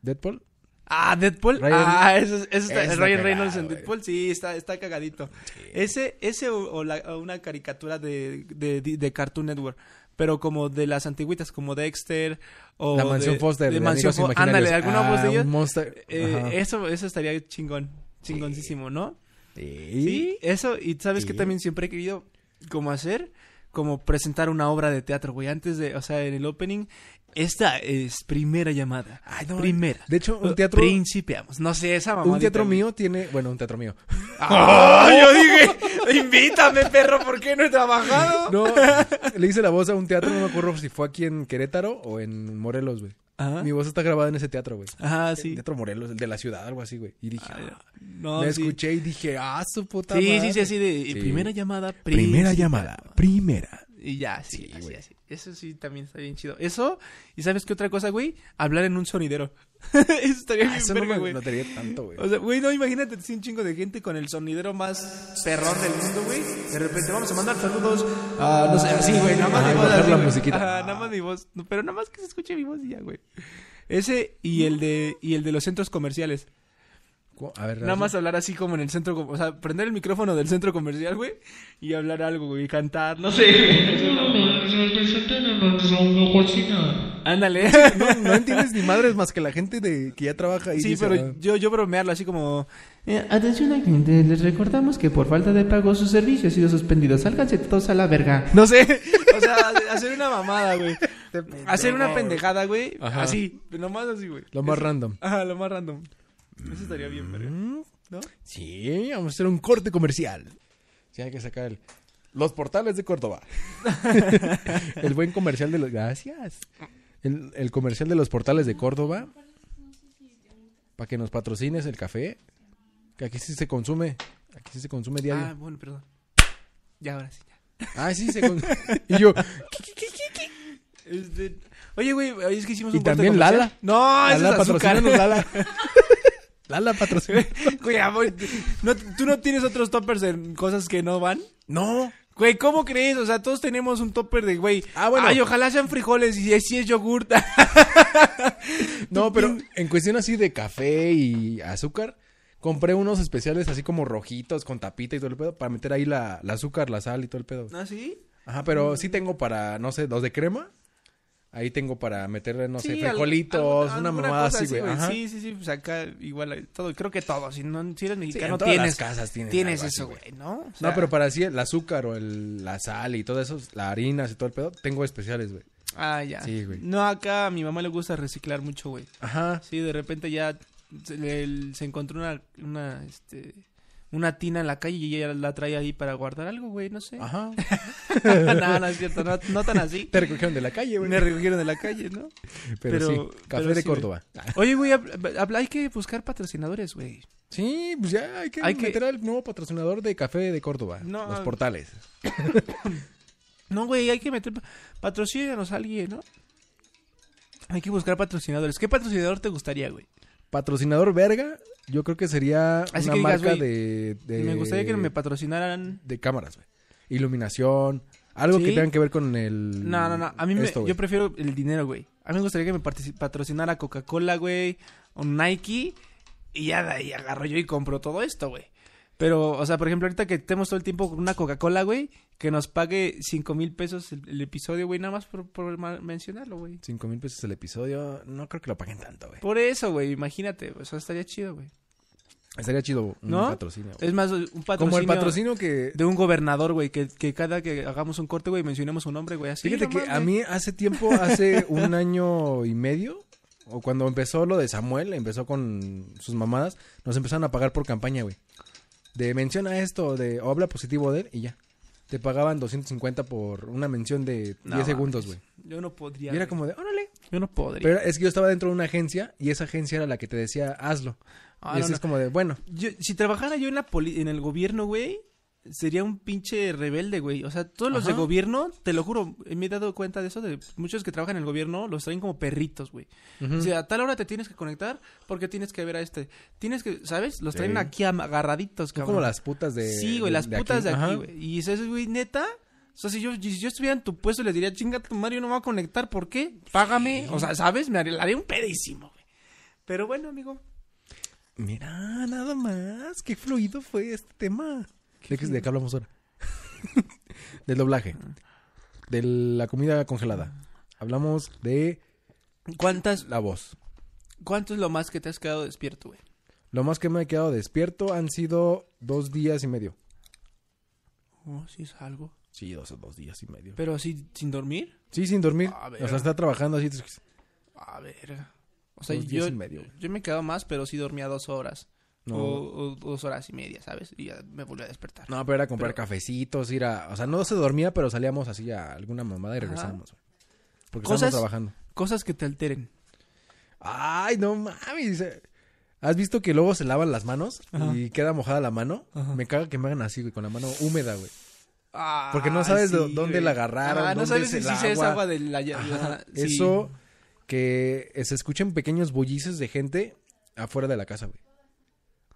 [SPEAKER 1] Deadpool.
[SPEAKER 2] Ah, Deadpool.
[SPEAKER 1] Ryan-
[SPEAKER 2] ah, eso, es- eso está,
[SPEAKER 1] Eso está
[SPEAKER 2] Ryan
[SPEAKER 1] cagado,
[SPEAKER 2] Reynolds en
[SPEAKER 1] güey.
[SPEAKER 2] Deadpool, sí, está, está cagadito. Ese, ese o, o la- o una caricatura de, de, de- de Cartoon Network, pero como de las antiguitas, como Dexter o
[SPEAKER 1] la mansión
[SPEAKER 2] de,
[SPEAKER 1] Foster.
[SPEAKER 2] de
[SPEAKER 1] de
[SPEAKER 2] Mansión
[SPEAKER 1] Amigos
[SPEAKER 2] Fo-
[SPEAKER 1] Imaginarios.
[SPEAKER 2] Ándale, alguna voz
[SPEAKER 1] Ah,
[SPEAKER 2] de ellos.
[SPEAKER 1] un monster.
[SPEAKER 2] Eh,
[SPEAKER 1] Ajá.
[SPEAKER 2] eso, eso estaría chingón, chingoncísimo, ¿no?
[SPEAKER 1] Sí.
[SPEAKER 2] Sí, eso, y sabes que
[SPEAKER 1] Sí.
[SPEAKER 2] también siempre he querido como hacer, como presentar una obra de teatro, güey, antes de, o sea, en el opening, esta es primera llamada,
[SPEAKER 1] Ay, no,
[SPEAKER 2] primera. Uh,
[SPEAKER 1] De hecho, un teatro...
[SPEAKER 2] Principiamos, no sé, esa mamá. "Ah".
[SPEAKER 1] Un teatro mío Ah, tiene... Bueno, un teatro
[SPEAKER 2] [LAUGHS]
[SPEAKER 1] mío.
[SPEAKER 2] yo dije, invítame, perro, ¿por qué [LAUGHS] no he trabajado?
[SPEAKER 1] No, le hice la voz a un teatro, no me acuerdo si fue aquí en Querétaro o en Morelos, güey.
[SPEAKER 2] Ajá.
[SPEAKER 1] Mi voz está grabada en ese teatro, güey.
[SPEAKER 2] Ajá,
[SPEAKER 1] El
[SPEAKER 2] Ah. sí.
[SPEAKER 1] Teatro Morelos, el de la ciudad, algo así, güey. Y dije,
[SPEAKER 2] Ay,
[SPEAKER 1] ah,
[SPEAKER 2] no,
[SPEAKER 1] la
[SPEAKER 2] sí.
[SPEAKER 1] escuché y dije, ah, su puta
[SPEAKER 2] Sí,
[SPEAKER 1] madre.
[SPEAKER 2] sí, sí, así de
[SPEAKER 1] Sí.
[SPEAKER 2] primera llamada,
[SPEAKER 1] Primera
[SPEAKER 2] príncipe.
[SPEAKER 1] llamada,
[SPEAKER 2] [LAUGHS]
[SPEAKER 1] primera.
[SPEAKER 2] Y ya, sí,
[SPEAKER 1] Sí,
[SPEAKER 2] así,
[SPEAKER 1] güey.
[SPEAKER 2] así. Eso sí también está bien chido. Eso, ¿y sabes qué otra cosa, güey? Hablar en un sonidero. [LAUGHS] eso estaría
[SPEAKER 1] Ah,
[SPEAKER 2] bien
[SPEAKER 1] eso no
[SPEAKER 2] verga,
[SPEAKER 1] me
[SPEAKER 2] güey.
[SPEAKER 1] notaría tanto, güey.
[SPEAKER 2] O sea, güey, no, imagínate así un chingo de gente con el sonidero más perrón del mundo, güey. De repente vamos a mandar saludos a, no sé, así, güey, nada más
[SPEAKER 1] Ah,
[SPEAKER 2] mi
[SPEAKER 1] y
[SPEAKER 2] voz.
[SPEAKER 1] bajar
[SPEAKER 2] así,
[SPEAKER 1] la
[SPEAKER 2] güey.
[SPEAKER 1] musiquita.
[SPEAKER 2] Ajá, nada más mi voz. No, pero nada más que se escuche mi voz y ya, güey. Ese y el de, y el de los centros comerciales.
[SPEAKER 1] Cu- A ver,
[SPEAKER 2] Nada más hablar así como en el centro, com- o sea, prender el micrófono del centro comercial, güey, y hablar algo, güey, y cantar, no sé. Ándale.
[SPEAKER 1] No, no entiendes ni madres más que la gente de que ya trabaja ahí.
[SPEAKER 2] Sí,
[SPEAKER 1] dice,
[SPEAKER 2] pero
[SPEAKER 1] ah,
[SPEAKER 2] yo, yo bromearlo así como...
[SPEAKER 3] Eh, atención a clientes, les recordamos que por falta de pago su servicio ha sido suspendido. Sálganse todos a la verga.
[SPEAKER 2] No sé. O sea, hacer una mamada, güey. Hacer una pendejada, güey.
[SPEAKER 1] Ajá.
[SPEAKER 2] Así. Nomás así, güey.
[SPEAKER 1] Lo más
[SPEAKER 2] Eso-
[SPEAKER 1] random.
[SPEAKER 2] Ajá, lo más random. Eso estaría bien, verga.
[SPEAKER 1] Mm,
[SPEAKER 2] ¿No?
[SPEAKER 1] Sí, vamos a hacer un corte comercial. Sí, hay que sacar el... Los portales de [LAUGHS] Córdoba. el buen comercial de los... Gracias. El, el comercial de los portales de Córdoba. Para que nos patrocines el café. Que aquí sí se consume. Aquí sí se consume
[SPEAKER 2] Ah,
[SPEAKER 1] diario.
[SPEAKER 2] bueno, perdón. Ya, ahora sí. ya.
[SPEAKER 1] Ah, sí, se consume. [LAUGHS] y yo...
[SPEAKER 2] Este, Oye, güey, oye, es que hicimos
[SPEAKER 1] Y
[SPEAKER 2] un corte
[SPEAKER 1] también
[SPEAKER 2] comercial.
[SPEAKER 1] Lala.
[SPEAKER 2] No, eso
[SPEAKER 1] Lala,
[SPEAKER 2] es azúcar.
[SPEAKER 1] patrocínanos, Lala. [LAUGHS] Lala, patrocina.
[SPEAKER 2] [LAUGHS] Güey, amor, ¿no- ¿Tú no tienes otros toppers en cosas que no van?
[SPEAKER 1] No.
[SPEAKER 2] Güey, ¿cómo crees? O sea, todos tenemos un topper de, güey.
[SPEAKER 1] Ah, bueno. ¿Ah,
[SPEAKER 2] Ay, ojalá sean frijoles y si es yogurt. [LAUGHS]
[SPEAKER 1] No, pero en cuestión así de café y azúcar, compré unos especiales así como rojitos con tapita y todo el pedo para meter ahí la, la azúcar, la sal y todo el pedo.
[SPEAKER 2] ¿Ah, sí?
[SPEAKER 1] Ajá, pero sí tengo para, no sé, los de crema. Ahí tengo para meterle, no sé,
[SPEAKER 2] Sí, al-
[SPEAKER 1] frijolitos,
[SPEAKER 2] al-
[SPEAKER 1] una
[SPEAKER 2] alguna
[SPEAKER 1] mamada
[SPEAKER 2] cosa
[SPEAKER 1] así, güey. Ajá.
[SPEAKER 2] Sí, sí, sí, pues acá igual hay todo, creo que todo, si no si eres
[SPEAKER 1] Sí,
[SPEAKER 2] mexicano
[SPEAKER 1] en todas
[SPEAKER 2] tienes
[SPEAKER 1] las casas tienen
[SPEAKER 2] tienes
[SPEAKER 1] algo así,
[SPEAKER 2] eso, güey, ¿no? O sea,
[SPEAKER 1] No, pero para así el azúcar o el, la sal y todo eso, la harina y todo el pedo, tengo especiales, güey.
[SPEAKER 2] Ah, ya.
[SPEAKER 1] Sí, güey.
[SPEAKER 2] No, acá a mi mamá le gusta reciclar mucho, güey.
[SPEAKER 1] Ajá.
[SPEAKER 2] Sí, de repente ya se, le- se encontró una una este una tina en la calle y ella la trae ahí para guardar algo, güey, no sé.
[SPEAKER 1] Ajá.
[SPEAKER 2] [LAUGHS] no, no es cierto, no, no tan
[SPEAKER 1] [LAUGHS]
[SPEAKER 2] así.
[SPEAKER 1] Te recogieron de la calle, güey.
[SPEAKER 2] Me recogieron de la calle, ¿no?
[SPEAKER 1] Pero,
[SPEAKER 2] pero-
[SPEAKER 1] sí, café
[SPEAKER 2] pero
[SPEAKER 1] de
[SPEAKER 2] sí, güey.
[SPEAKER 1] Córdoba.
[SPEAKER 2] Oye, güey, hab- hab- hay que buscar patrocinadores, güey.
[SPEAKER 1] Sí, pues ya hay que
[SPEAKER 2] Hay que-
[SPEAKER 1] meter al nuevo patrocinador de café de Córdoba.
[SPEAKER 2] No,
[SPEAKER 1] los
[SPEAKER 2] ah,
[SPEAKER 1] portales.
[SPEAKER 2] No, güey, hay que meter. Patrocínanos a alguien, ¿no? Hay que buscar patrocinadores. ¿Qué patrocinador te gustaría, güey?
[SPEAKER 1] Patrocinador verga, yo creo que sería
[SPEAKER 2] Así
[SPEAKER 1] una
[SPEAKER 2] que digas,
[SPEAKER 1] marca
[SPEAKER 2] güey,
[SPEAKER 1] de, de-
[SPEAKER 2] Me gustaría que me patrocinaran.
[SPEAKER 1] de cámaras, güey. Iluminación, algo que
[SPEAKER 2] Sí.
[SPEAKER 1] tenga que ver con el
[SPEAKER 2] No, no, no. A mí me,
[SPEAKER 1] esto, güey.
[SPEAKER 2] yo prefiero el dinero, güey. A mí me gustaría que me partici- patrocinara Coca-Cola, güey, o Nike. Y ya de ahí agarro yo y compro todo esto, güey. Pero, o sea, por ejemplo, ahorita que estemos todo el tiempo con una Coca-Cola, güey, que nos pague cinco mil pesos el, el episodio, güey, nada más por, por ma- mencionarlo, güey.
[SPEAKER 1] Cinco mil pesos el episodio, no creo que lo paguen tanto, güey.
[SPEAKER 2] Por eso, güey, imagínate, o sea, estaría chido, güey.
[SPEAKER 1] Estaría chido un
[SPEAKER 2] ¿No?
[SPEAKER 1] patrocinio. güey.
[SPEAKER 2] Es más, un patrocinio.
[SPEAKER 1] Como el patrocinio que
[SPEAKER 2] De un gobernador, güey, que, que cada que hagamos un corte, güey, mencionemos su nombre, güey. Así
[SPEAKER 1] Fíjate
[SPEAKER 2] no
[SPEAKER 1] que a
[SPEAKER 2] mames.
[SPEAKER 1] mí hace tiempo,
[SPEAKER 2] [LAUGHS]
[SPEAKER 1] hace un año y medio, o cuando empezó lo de Samuel, empezó con sus mamadas, nos empezaron a pagar por campaña, güey. De menciona esto, de o habla positivo de él y ya. Te pagaban 250 por una mención de 10
[SPEAKER 2] No
[SPEAKER 1] segundos, güey.
[SPEAKER 2] mames. Yo no podría.
[SPEAKER 1] Y era
[SPEAKER 2] güey.
[SPEAKER 1] como de, órale.
[SPEAKER 2] Yo no podría.
[SPEAKER 1] Pero es que yo estaba dentro de una agencia y esa agencia era la que te decía, hazlo.
[SPEAKER 2] Ah,
[SPEAKER 1] y
[SPEAKER 2] no,
[SPEAKER 1] así
[SPEAKER 2] no.
[SPEAKER 1] es como de, bueno,
[SPEAKER 2] Yo- si trabajara yo en la poli- en el gobierno, güey, sería un pinche rebelde, güey. O sea, todos los de
[SPEAKER 1] Ajá.
[SPEAKER 2] gobierno, te lo juro, me he dado cuenta de eso, de muchos que trabajan en el gobierno los traen como perritos, güey. O sea, a tal hora te tienes que conectar porque tienes que ver a este. Tienes que, ¿sabes? Los traen
[SPEAKER 1] Sí.
[SPEAKER 2] aquí am- agarraditos,
[SPEAKER 1] son
[SPEAKER 2] cabrón.
[SPEAKER 1] como las putas de.
[SPEAKER 2] Sí, güey, las putas de
[SPEAKER 1] Ajá.
[SPEAKER 2] aquí, güey. Y eso, güey, neta. O sea, si yo, si yo estuviera en tu puesto, les diría, chinga tu madre, yo no me voy a conectar. ¿Por qué? Págame. O sea, ¿sabes? Me haré, le haré un pedísimo, güey. Pero bueno, amigo.
[SPEAKER 1] Mira, nada más. Qué fluido fue este tema. ¿De qué, de qué hablamos ahora? [LAUGHS] Del doblaje. De la comida congelada. Hablamos de
[SPEAKER 2] ¿Cuántas,
[SPEAKER 1] la voz.
[SPEAKER 2] ¿Cuánto es lo más que te has quedado despierto, güey?
[SPEAKER 1] Lo más que me he quedado despierto han sido dos días y medio.
[SPEAKER 2] Oh, sí es algo.
[SPEAKER 1] Sí, dos, dos días y medio.
[SPEAKER 2] Pero así, sin dormir.
[SPEAKER 1] Sí, sin dormir.
[SPEAKER 2] A ver.
[SPEAKER 1] O sea, está trabajando así.
[SPEAKER 2] A ver. O sea,
[SPEAKER 1] Dos
[SPEAKER 2] yo,
[SPEAKER 1] días y medio, güey.
[SPEAKER 2] yo me he quedado más, pero sí dormía dos horas.
[SPEAKER 1] No.
[SPEAKER 2] O, o dos horas y media, ¿sabes? Y ya me volví a despertar.
[SPEAKER 1] No, pero era comprar
[SPEAKER 2] Pero-
[SPEAKER 1] cafecitos, ir a... O sea, no se dormía, pero salíamos así a alguna mamada y
[SPEAKER 2] Ajá.
[SPEAKER 1] regresábamos. güey. Porque
[SPEAKER 2] Cosas-
[SPEAKER 1] estábamos trabajando.
[SPEAKER 2] Cosas que te alteren.
[SPEAKER 1] Ay, no mames. ¿Has visto que luego se lavan las manos
[SPEAKER 2] Ajá.
[SPEAKER 1] y queda mojada la mano?
[SPEAKER 2] Ajá.
[SPEAKER 1] Me caga que me hagan así, güey, con la mano húmeda, güey. Porque no sabes do- dónde la agarraron,
[SPEAKER 2] Ah, no
[SPEAKER 1] dónde
[SPEAKER 2] sabes
[SPEAKER 1] es
[SPEAKER 2] si
[SPEAKER 1] el
[SPEAKER 2] sí es
[SPEAKER 1] agua.
[SPEAKER 2] agua de la...
[SPEAKER 1] Ajá,
[SPEAKER 2] Ajá, sí.
[SPEAKER 1] Eso que se escuchen pequeños bullices de gente afuera de la casa, güey.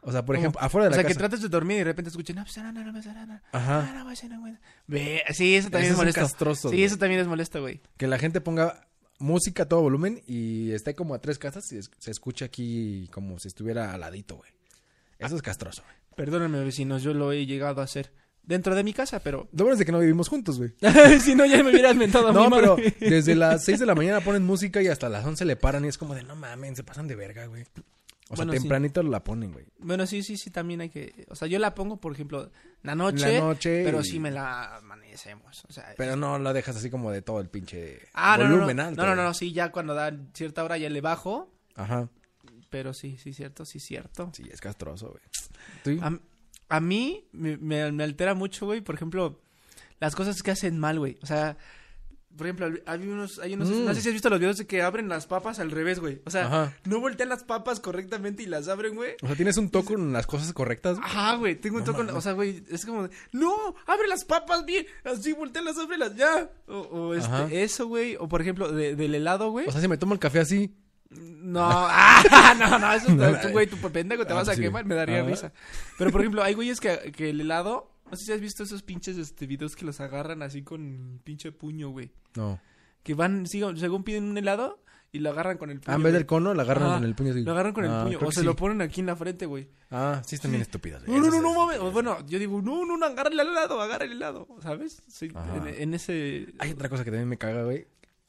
[SPEAKER 1] O sea, por
[SPEAKER 2] ¿Cómo?
[SPEAKER 1] ejemplo, afuera de
[SPEAKER 2] o
[SPEAKER 1] la
[SPEAKER 2] sea, que
[SPEAKER 1] casa.
[SPEAKER 2] tratas de dormir y de repente escuchan... "Ah, pues, ah, no, no, pues, ah, no, no".
[SPEAKER 1] Ajá.
[SPEAKER 2] Ah, no, pues, ah, no, güey. Ve, Sí, eso
[SPEAKER 1] Ese es
[SPEAKER 2] también es
[SPEAKER 1] un
[SPEAKER 2] molesto.
[SPEAKER 1] castroso,
[SPEAKER 2] sí,
[SPEAKER 1] güey.
[SPEAKER 2] eso también es molesto, güey.
[SPEAKER 1] Que la gente ponga música a todo volumen y esté como a tres casas y es- se escucha aquí como si estuviera al ladito, güey. Eso es castroso, güey.
[SPEAKER 2] Perdónenme, vecinos, yo lo he llegado a hacer dentro de mi casa,
[SPEAKER 1] [LAUGHS]
[SPEAKER 2] pero...
[SPEAKER 1] Lo bueno es de que no vivimos juntos, güey.
[SPEAKER 2] si no, ya me hubieras mentado a
[SPEAKER 1] No,
[SPEAKER 2] mi
[SPEAKER 1] pero
[SPEAKER 2] madre.
[SPEAKER 1] [LAUGHS] desde las 6 de la mañana ponen música y hasta las 11 le paran y es como de no mames, se pasan de verga, güey. O sea,
[SPEAKER 2] Bueno, sí.
[SPEAKER 1] tempranito la ponen, güey.
[SPEAKER 2] Bueno, sí, sí, sí, también hay que... O sea, yo la pongo, por ejemplo, la noche,
[SPEAKER 1] La noche
[SPEAKER 2] pero
[SPEAKER 1] y-
[SPEAKER 2] sí me la amanecemos. O sea,
[SPEAKER 1] Pero no la dejas así como de todo el pinche
[SPEAKER 2] ah, no, no,
[SPEAKER 1] volumen
[SPEAKER 2] no,
[SPEAKER 1] alto.
[SPEAKER 2] no, no, no,
[SPEAKER 1] güey.
[SPEAKER 2] no, sí, ya cuando da cierta hora ya le bajo,
[SPEAKER 1] Ajá.
[SPEAKER 2] pero sí, sí, cierto, sí, cierto.
[SPEAKER 1] Sí, es castroso, güey. Ah. ¿Tú?
[SPEAKER 2] A, a mí me, me- me altera mucho, güey, por ejemplo, las cosas que hacen mal, güey. O sea, por ejemplo, hay unos, hay unos,
[SPEAKER 1] Mm.
[SPEAKER 2] no sé si has visto los videos de que abren las papas al revés, güey. O sea,
[SPEAKER 1] Ajá.
[SPEAKER 2] no voltean las papas correctamente y las abren, güey.
[SPEAKER 1] O sea, tienes un toque con las cosas correctas. güey?
[SPEAKER 2] Ajá, güey, tengo un
[SPEAKER 1] No
[SPEAKER 2] toque, o sea, güey, es como, de, no, abre las papas bien, así, voltealas, ábrelas, ya. O, o este,
[SPEAKER 1] Ajá.
[SPEAKER 2] eso, güey, o por ejemplo, de- del helado, güey.
[SPEAKER 1] O sea, si me tomo el café así.
[SPEAKER 2] no, ah, [LAUGHS] no, no, eso,
[SPEAKER 1] No,
[SPEAKER 2] tú, güey, tu pendejo, te
[SPEAKER 1] Ah,
[SPEAKER 2] vas a
[SPEAKER 1] sí.
[SPEAKER 2] quemar, me daría
[SPEAKER 1] Ah.
[SPEAKER 2] risa. Pero, por ejemplo, hay güeyes que, que el helado, no sé si has visto esos pinches, este, videos que los agarran así con pinche puño, güey.
[SPEAKER 1] No.
[SPEAKER 2] Que van, sigo- según piden un helado, y lo agarran con el puño.
[SPEAKER 1] Ah, en vez
[SPEAKER 2] güey.
[SPEAKER 1] del cono, la agarran
[SPEAKER 2] Ajá,
[SPEAKER 1] con el puño. así.
[SPEAKER 2] Lo agarran con
[SPEAKER 1] Ah,
[SPEAKER 2] el puño,
[SPEAKER 1] creo
[SPEAKER 2] o
[SPEAKER 1] que
[SPEAKER 2] se
[SPEAKER 1] sí.
[SPEAKER 2] lo ponen aquí en la frente, güey.
[SPEAKER 1] Ah, sí, están bien estúpidas. güey.
[SPEAKER 2] No, no,
[SPEAKER 1] Esas
[SPEAKER 2] no, no
[SPEAKER 1] son
[SPEAKER 2] mames.
[SPEAKER 1] estúpidas.
[SPEAKER 2] Bueno, yo digo, no, no, no, agarra el helado, agarra el helado, ¿sabes? Sí,
[SPEAKER 1] Ajá.
[SPEAKER 2] en, en ese...
[SPEAKER 1] Hay otra cosa que también me caga, güey.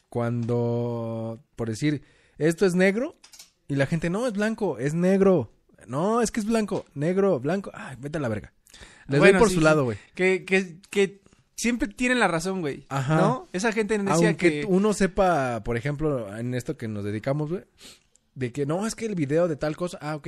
[SPEAKER 1] Cuando, por decir, esto es negro y la gente, no, es blanco, es negro. No, es que es blanco, negro, blanco. Ay, vete a la verga. Les
[SPEAKER 2] Bueno,
[SPEAKER 1] doy por
[SPEAKER 2] sí,
[SPEAKER 1] su
[SPEAKER 2] sí.
[SPEAKER 1] lado, güey.
[SPEAKER 2] Que, que, que siempre tienen la razón, güey.
[SPEAKER 1] Ajá.
[SPEAKER 2] ¿No? Esa gente decía
[SPEAKER 1] Aunque
[SPEAKER 2] que...
[SPEAKER 1] uno sepa, por ejemplo, en esto que nos dedicamos, güey, de que no, es que el video de tal cosa, ah, ok.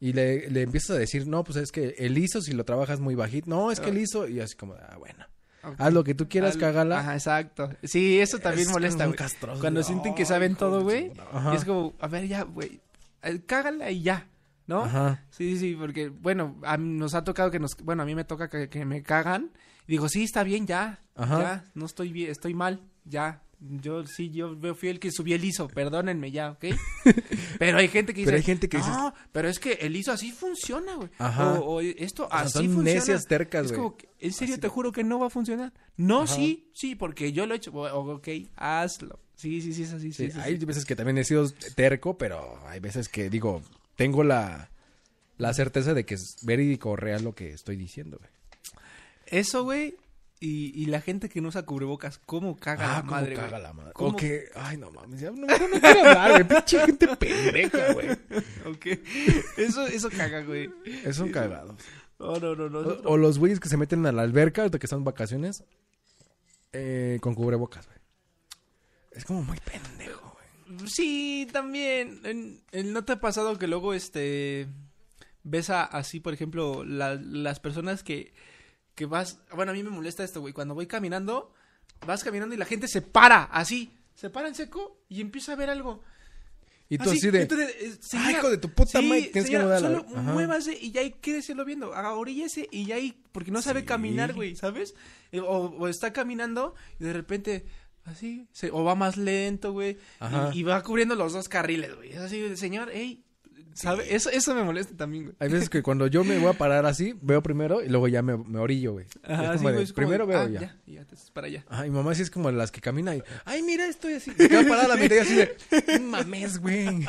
[SPEAKER 1] Y le, le empiezas a decir, no, pues es que el ISO, si lo trabajas muy bajito, no, es que el ISO, y así como, ah, bueno,
[SPEAKER 2] Ok.
[SPEAKER 1] haz lo que tú quieras,
[SPEAKER 2] Al-
[SPEAKER 1] cagala.
[SPEAKER 2] Ajá, exacto. Sí, eso también
[SPEAKER 1] Es
[SPEAKER 2] molesta,
[SPEAKER 1] un
[SPEAKER 2] güey.
[SPEAKER 1] castroso.
[SPEAKER 2] Cuando
[SPEAKER 1] Ay,
[SPEAKER 2] sienten que
[SPEAKER 1] hijo
[SPEAKER 2] saben
[SPEAKER 1] de
[SPEAKER 2] todo,
[SPEAKER 1] su
[SPEAKER 2] güey.
[SPEAKER 1] puta madre.
[SPEAKER 2] y es
[SPEAKER 1] Ajá.
[SPEAKER 2] como, a ver, ya, güey. eh, Cágala y ya, ¿no?
[SPEAKER 1] Ajá.
[SPEAKER 2] Sí, sí, sí, porque, bueno, a mí nos ha tocado que nos... Bueno, a mí me toca que, que me cagan. Y digo, sí, está bien, ya.
[SPEAKER 1] Ajá.
[SPEAKER 2] Ya, no estoy bien, estoy mal, ya. Yo, sí, yo veo- fui el que subí el ISO, perdónenme
[SPEAKER 1] [LAUGHS]
[SPEAKER 2] ya, ¿ok? pero hay gente que dice...
[SPEAKER 1] Pero hay gente que dice-
[SPEAKER 2] No, pero es que el ISO así funciona, güey.
[SPEAKER 1] Ajá.
[SPEAKER 2] O, o esto
[SPEAKER 1] sea,
[SPEAKER 2] así
[SPEAKER 1] son
[SPEAKER 2] funciona.
[SPEAKER 1] necias tercas,
[SPEAKER 2] Es
[SPEAKER 1] güey.
[SPEAKER 2] como que, en serio, te juro que no va a funcionar. No, sí, sí, porque yo lo he hecho. O- o- ok, hazlo. Sí, sí, sí, es así,
[SPEAKER 1] Sí,
[SPEAKER 2] sí, es así.
[SPEAKER 1] hay veces que también he sido terco, pero hay veces que digo, tengo la, la certeza de que es verídico o real lo que estoy diciendo, güey.
[SPEAKER 2] Eso, güey. Y, y la gente que no usa cubrebocas, Ah, ¿cómo caga la
[SPEAKER 1] Ah, cómo
[SPEAKER 2] madre,
[SPEAKER 1] caga
[SPEAKER 2] güey?
[SPEAKER 1] la madre.
[SPEAKER 2] ¿Cómo?
[SPEAKER 1] O que, ay, no mames, ya no, ya no quiero hablar, güey, pinche gente pendeja,
[SPEAKER 2] [LAUGHS]
[SPEAKER 1] güey.
[SPEAKER 2] [LAUGHS] Ok. Eso, eso caga, güey. Oh,
[SPEAKER 1] Es un cagado.
[SPEAKER 2] No, no, no, no.
[SPEAKER 1] O, o los güeyes que se meten a la alberca, ahorita que están en vacaciones, eh, con cubrebocas, güey. Es como muy pendejo, güey.
[SPEAKER 2] Sí, también. En- en- ¿No te ha pasado que luego, este, ves a, así, por ejemplo, la- las personas que, que vas... Bueno, a mí me molesta esto, güey. Cuando voy caminando, vas caminando y la gente se para, así. Se para en seco y empieza a ver algo.
[SPEAKER 1] Y tú así de,
[SPEAKER 2] entonces, eh,
[SPEAKER 1] "Ay, hijo de tu puta madre, tienes que
[SPEAKER 2] señora,
[SPEAKER 1] moverla".
[SPEAKER 2] Solo
[SPEAKER 1] Ajá.
[SPEAKER 2] muévase y ya ahí quédeselo viendo. Ah, Oríllese y ya ahí, porque no sabe
[SPEAKER 1] Sí.
[SPEAKER 2] caminar, güey, ¿sabes? Eh, O, o está caminando y de repente, así, se- o va más lento, güey.
[SPEAKER 1] Ajá.
[SPEAKER 2] Y, y va cubriendo los dos carriles, güey. Es así, señor, ey. ¿Sabe? Eso, eso me molesta también, güey.
[SPEAKER 1] Hay veces que cuando yo me voy a parar así, veo primero y luego ya me, me orillo, güey.
[SPEAKER 2] Ajá,
[SPEAKER 1] Es
[SPEAKER 2] sí,
[SPEAKER 1] como de,
[SPEAKER 2] güey, es como
[SPEAKER 1] primero
[SPEAKER 2] de,
[SPEAKER 1] veo
[SPEAKER 2] ah,
[SPEAKER 1] ya.
[SPEAKER 2] ya. Y ya te haces para allá.
[SPEAKER 1] Ajá, mi mamá sí es como las que camina [LAUGHS] y, ay, mira, estoy así. Me queda parada a la mitad y así de, "No mames, güey.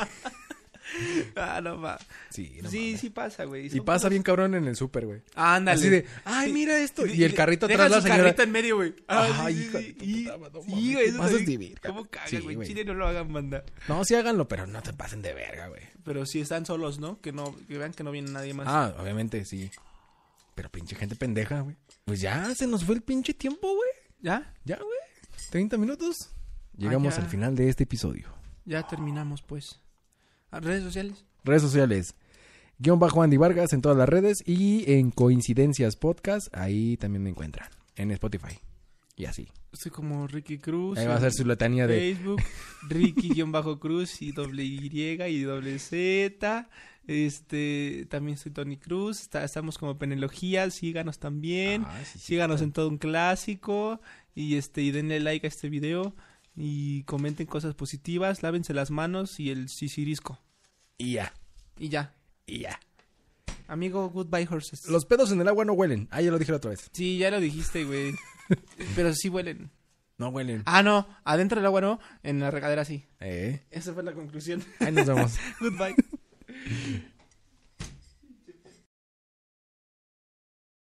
[SPEAKER 2] Ah, no va.
[SPEAKER 1] [LAUGHS] Sí, no
[SPEAKER 2] sí,
[SPEAKER 1] mames.
[SPEAKER 2] sí pasa, güey.
[SPEAKER 1] Y pasa bien cabrón en el súper, güey. Ah,
[SPEAKER 2] Ándale.
[SPEAKER 1] Así de, ay, mira esto. Y el carrito
[SPEAKER 2] Deja
[SPEAKER 1] atrás, la
[SPEAKER 2] su
[SPEAKER 1] señora.
[SPEAKER 2] carrito en medio, güey. Ah,
[SPEAKER 1] Ay,
[SPEAKER 2] sí,
[SPEAKER 1] hija
[SPEAKER 2] sí,
[SPEAKER 1] de tu
[SPEAKER 2] sí.
[SPEAKER 1] puta madre, no
[SPEAKER 2] Sí,
[SPEAKER 1] mames,
[SPEAKER 2] güey,
[SPEAKER 1] te
[SPEAKER 2] eso
[SPEAKER 1] pasas
[SPEAKER 2] también-
[SPEAKER 1] de verga.
[SPEAKER 2] ¿Cómo
[SPEAKER 1] Sí,
[SPEAKER 2] caga, güey?
[SPEAKER 1] güey.
[SPEAKER 2] Chile no lo hagan, banda.
[SPEAKER 1] No, sí háganlo, pero no te pasen de verga, güey.
[SPEAKER 2] Pero si están solos, ¿no? Que no, que vean que no viene nadie más.
[SPEAKER 1] Ah, obviamente, sí. Pero pinche gente pendeja, güey. Pues ya, se nos fue el pinche tiempo, güey.
[SPEAKER 2] ¿Ya?
[SPEAKER 1] Ya, güey. 30 minutos. Llegamos
[SPEAKER 2] ya.
[SPEAKER 1] al final de este episodio.
[SPEAKER 2] Ya terminamos, pues. ¿A redes sociales?
[SPEAKER 1] Redes sociales. Guión bajo Andy Vargas en todas las redes y en Coincidencias Podcast, ahí también me encuentran, en Spotify. Y así.
[SPEAKER 2] Estoy como Ricky Cruz.
[SPEAKER 1] Ahí va a ser su letanía de...
[SPEAKER 2] Facebook,
[SPEAKER 1] [LAUGHS]
[SPEAKER 2] Ricky-Cruz y doble Y y doble Z. Este, también soy Tony Cruz. Está- estamos como Penelogía. Síganos también.
[SPEAKER 1] Ah, sí, sí.
[SPEAKER 2] Síganos en todo un clásico. Y este, y denle like a este video. Y comenten cosas positivas. Lávense las manos y el sisirisco.
[SPEAKER 1] Y ya,
[SPEAKER 2] Y ya.
[SPEAKER 1] y ya.
[SPEAKER 2] Amigo, goodbye horses.
[SPEAKER 1] Los pedos en el agua no huelen. Ah, ya lo dije la otra vez.
[SPEAKER 2] Sí, ya lo dijiste, güey. [LAUGHS] Pero sí huelen.
[SPEAKER 1] No huelen.
[SPEAKER 2] Ah, no. Adentro del agua no. En la regadera sí.
[SPEAKER 1] Eh.
[SPEAKER 2] [LAUGHS] Esa fue la conclusión.
[SPEAKER 1] Ahí nos vemos.
[SPEAKER 2] goodbye.